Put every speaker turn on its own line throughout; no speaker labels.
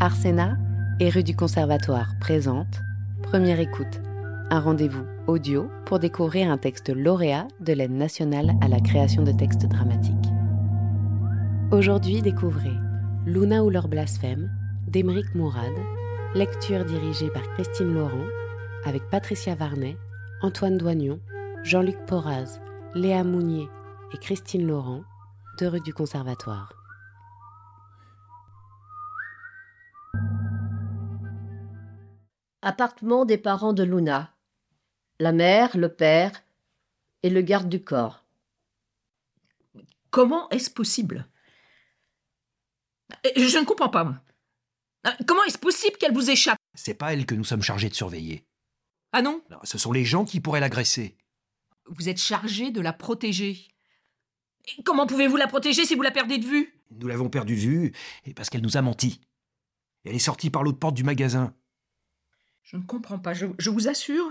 Arsena et rue du Conservatoire présente Première écoute, un rendez-vous audio pour découvrir un texte lauréat de l'aide nationale à la création de textes dramatiques. Aujourd'hui, découvrez Luna ou leur blasphème d'Émeric Mourad, lecture dirigée par Christine Laurent avec Patricia Varnet, Antoine Doignon, Jean-Luc Poraz, Léa Mounier et Christine Laurent, de rue du Conservatoire.
Appartement des parents de Luna. La mère, le père et le garde du corps.
Comment est-ce possible Euh, Je ne comprends pas, moi. Euh, Comment est-ce possible qu'elle vous échappe
C'est pas elle que nous sommes chargés de surveiller.
Ah non,
Non, ce sont les gens qui pourraient l'agresser.
vous êtes chargé de la protéger. Et comment pouvez-vous la protéger si vous la perdez de vue
Nous l'avons perdue de vue, et parce qu'elle nous a menti. Elle est sortie par l'autre porte du magasin.
Je ne comprends pas, je, je vous assure.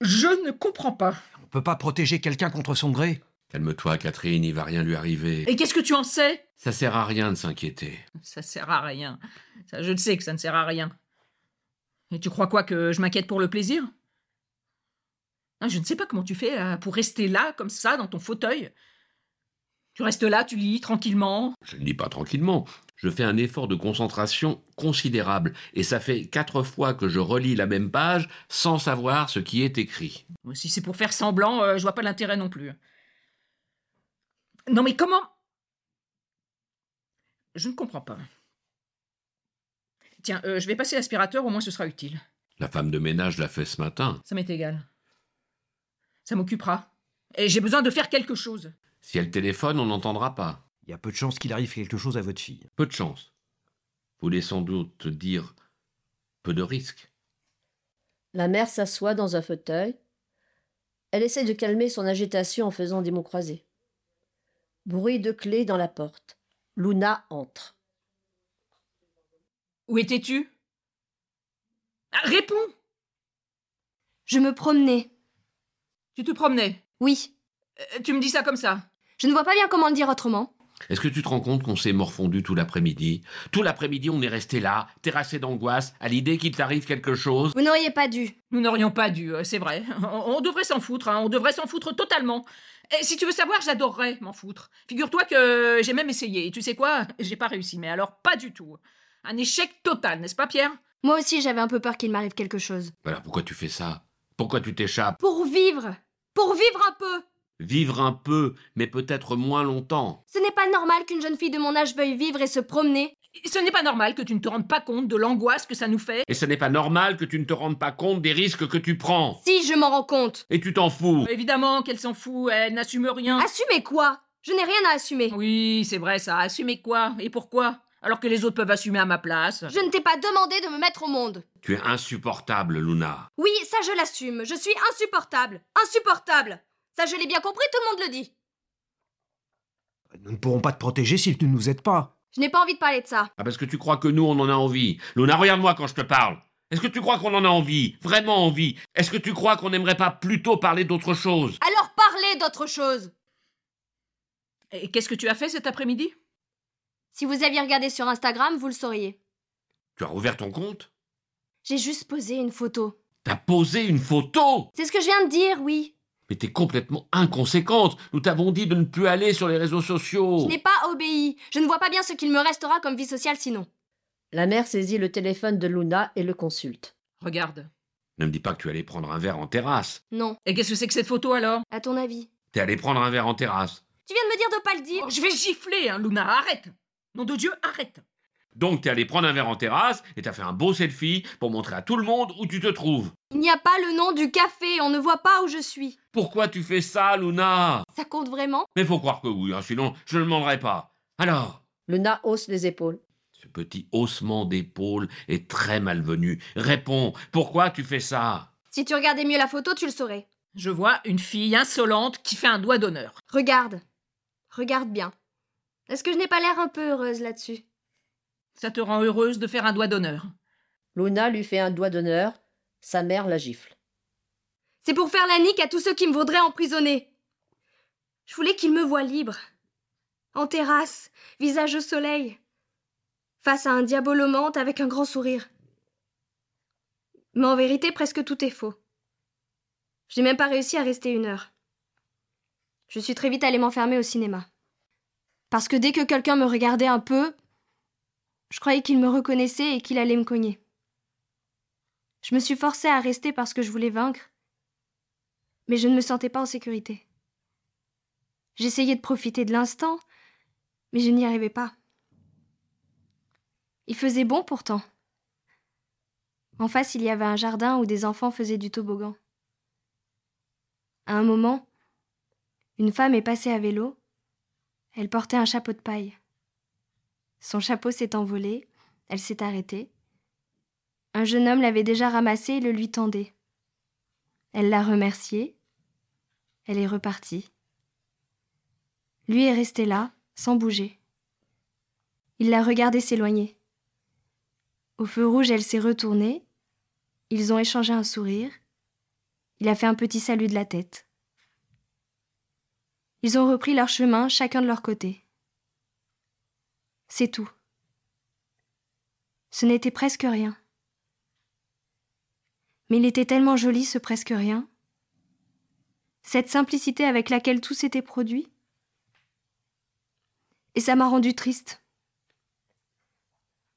Je ne comprends pas.
On peut pas protéger quelqu'un contre son gré.
Calme-toi, Catherine, il va rien lui arriver.
Et qu'est-ce que tu en sais
Ça sert à rien de s'inquiéter.
Ça sert à rien. Ça, je le sais que ça ne sert à rien. Et tu crois quoi que je m'inquiète pour le plaisir Ah, Je ne sais pas comment tu fais euh, pour rester là, comme ça, dans ton fauteuil. Tu restes là, tu lis tranquillement,
Je ne dis pas tranquillement. Je fais un effort de concentration considérable, et ça fait quatre fois que je relis la même page sans savoir ce qui est écrit.
Si c'est pour faire semblant, euh, je vois pas l'intérêt non plus. Non mais comment Je ne comprends pas. Tiens, euh, je vais passer l'aspirateur, au moins ce sera utile.
La femme de ménage l'a fait ce matin.
Ça m'est égal. Ça m'occupera. Et j'ai besoin de faire quelque chose.
Si elle téléphone, on n'entendra pas.
Il y a peu de chances qu'il arrive quelque chose à votre fille.
Peu de chance. Vous voulez sans doute dire peu de risque.
La mère s'assoit dans un fauteuil. Elle essaie de calmer son agitation en faisant des mots croisés. Bruit de clé dans la porte. Luna entre.
Où étais-tu Ah, Réponds
Je me promenais.
Tu te promenais.
Oui.
Euh, tu me dis ça comme ça.
Je ne vois pas bien comment le dire autrement.
Est-ce que tu te rends compte qu'on s'est morfondu tout l'après-midi Tout l'après-midi, on est resté là, terrassé d'angoisse, à l'idée qu'il t'arrive quelque chose.
Vous n'auriez pas dû.
Nous n'aurions pas dû, euh, c'est vrai. On, on devrait s'en foutre, hein, on devrait s'en foutre totalement. Et si tu veux savoir, j'adorerais m'en foutre. Figure-toi que j'ai même essayé. Et tu sais quoi J'ai pas réussi, mais alors pas du tout. Un échec total, n'est-ce pas, Pierre
Moi aussi, j'avais un peu peur qu'il m'arrive quelque chose.
Alors pourquoi tu fais ça Pourquoi tu t'échappes
Pour vivre Pour vivre un peu
Vivre un peu, mais peut-être moins longtemps.
Ce n'est pas normal qu'une jeune fille de mon âge veuille vivre et se promener.
Ce n'est pas normal que tu ne te rendes pas compte de l'angoisse que ça nous fait.
Et ce n'est pas normal que tu ne te rendes pas compte des risques que tu prends.
Si je m'en rends compte
Et tu t'en fous.
Bah, Évidemment qu'elle s'en fout, elle n'assume rien.
Assumez quoi Je n'ai rien à assumer.
Oui, c'est vrai ça. Assumer quoi Et pourquoi Alors que les autres peuvent assumer à ma place.
Je ne t'ai pas demandé de me mettre au monde.
Tu es insupportable, Luna.
Oui, ça je l'assume. Je suis insupportable. Insupportable Ça je l'ai bien compris, tout le monde le dit.
Nous ne pourrons pas te protéger si tu ne nous aides pas.
Je n'ai pas envie de parler de ça.
Ah, parce que tu crois que nous, on en a envie. Luna, regarde-moi quand je te parle. Est-ce que tu crois qu'on en a envie Vraiment envie Est-ce que tu crois qu'on n'aimerait pas plutôt parler d'autre chose
Alors parlez d'autre chose
Et qu'est-ce que tu as fait cet après-midi
Si vous aviez regardé sur Instagram, vous le sauriez.
Tu as rouvert ton compte
J'ai juste posé une photo.
T'as posé une photo
C'est ce que je viens de dire, oui.
Mais t'es complètement inconséquente. Nous t'avons dit de ne plus aller sur les réseaux
Je
sociaux.
n'ai pas obéi. Je ne vois pas bien ce qu'il me restera comme vie sociale sinon.
La mère saisit le téléphone de Luna et le consulte.
Regarde.
Ne me dis pas que tu allais prendre un verre en terrasse.
Non,
Et qu'est-ce que c'est que cette photo alors
à ton avis.
T'es allé prendre un verre en terrasse.
Tu viens de me dire de pas le dire.
Oh, Je vais gifler, hein, Luna, arrête Nom de Dieu, arrête
Donc t'es allé prendre un verre en terrasse et t'as fait un beau selfie pour montrer à tout le monde où tu te trouves.
Il n'y a pas le nom du café, on ne voit pas où je suis.
Pourquoi tu fais ça, Luna
Ça compte vraiment
Mais faut croire que oui, hein, sinon je ne le demanderai pas. Alors
Luna hausse les épaules.
Ce petit haussement d'épaule est très malvenu. Réponds, pourquoi tu fais ça
Si tu regardais mieux la photo, tu le saurais.
Je vois une fille insolente qui fait un doigt d'honneur.
Regarde. Regarde bien. Est-ce que je n'ai pas l'air un peu heureuse là-dessus
Ça te rend heureuse de faire un doigt d'honneur.
Luna lui fait un doigt d'honneur. Sa mère la gifle.
C'est pour faire la nique à tous ceux qui me voudraient emprisonner. Je voulais qu'ils me voient libre. En terrasse, visage au soleil. face à un diabolomante avec un grand sourire. Mais en vérité, presque tout est faux. J'ai même pas réussi à rester une heure. Je suis très vite allée m'enfermer au cinéma. Parce que dès que quelqu'un me regardait un peu, je croyais qu'il me reconnaissait et qu'il allait me cogner. Je me suis forcée à rester parce que je voulais vaincre, mais je ne me sentais pas en sécurité. J'essayais de profiter de l'instant, mais je n'y arrivais pas. Il faisait bon pourtant. En face, il y avait un jardin où des enfants faisaient du toboggan. À un moment, une femme est passée à vélo. Elle portait un chapeau de paille. Son chapeau s'est envolé, elle s'est arrêtée. Un jeune homme l'avait déjà ramassé et le lui tendait. Elle l'a remercié. Elle est repartie. Lui est resté là, sans bouger. Il l'a regardée s'éloigner. Au feu rouge, elle s'est retournée. Ils ont échangé un sourire. Il a fait un petit salut de la tête. Ils ont repris leur chemin, chacun de leur côté. C'est tout. Ce n'était presque rien. Mais il était tellement joli ce presque rien. Cette simplicité avec laquelle tout s'était produit. Et ça m'a rendue triste.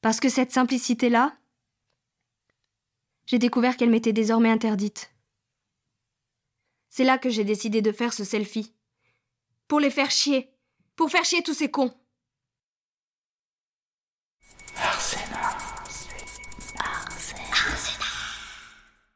Parce que cette simplicité-là, j'ai découvert qu'elle m'était désormais interdite. C'est là que j'ai décidé de faire ce selfie. Pour les faire chier. Pour faire chier tous ces cons.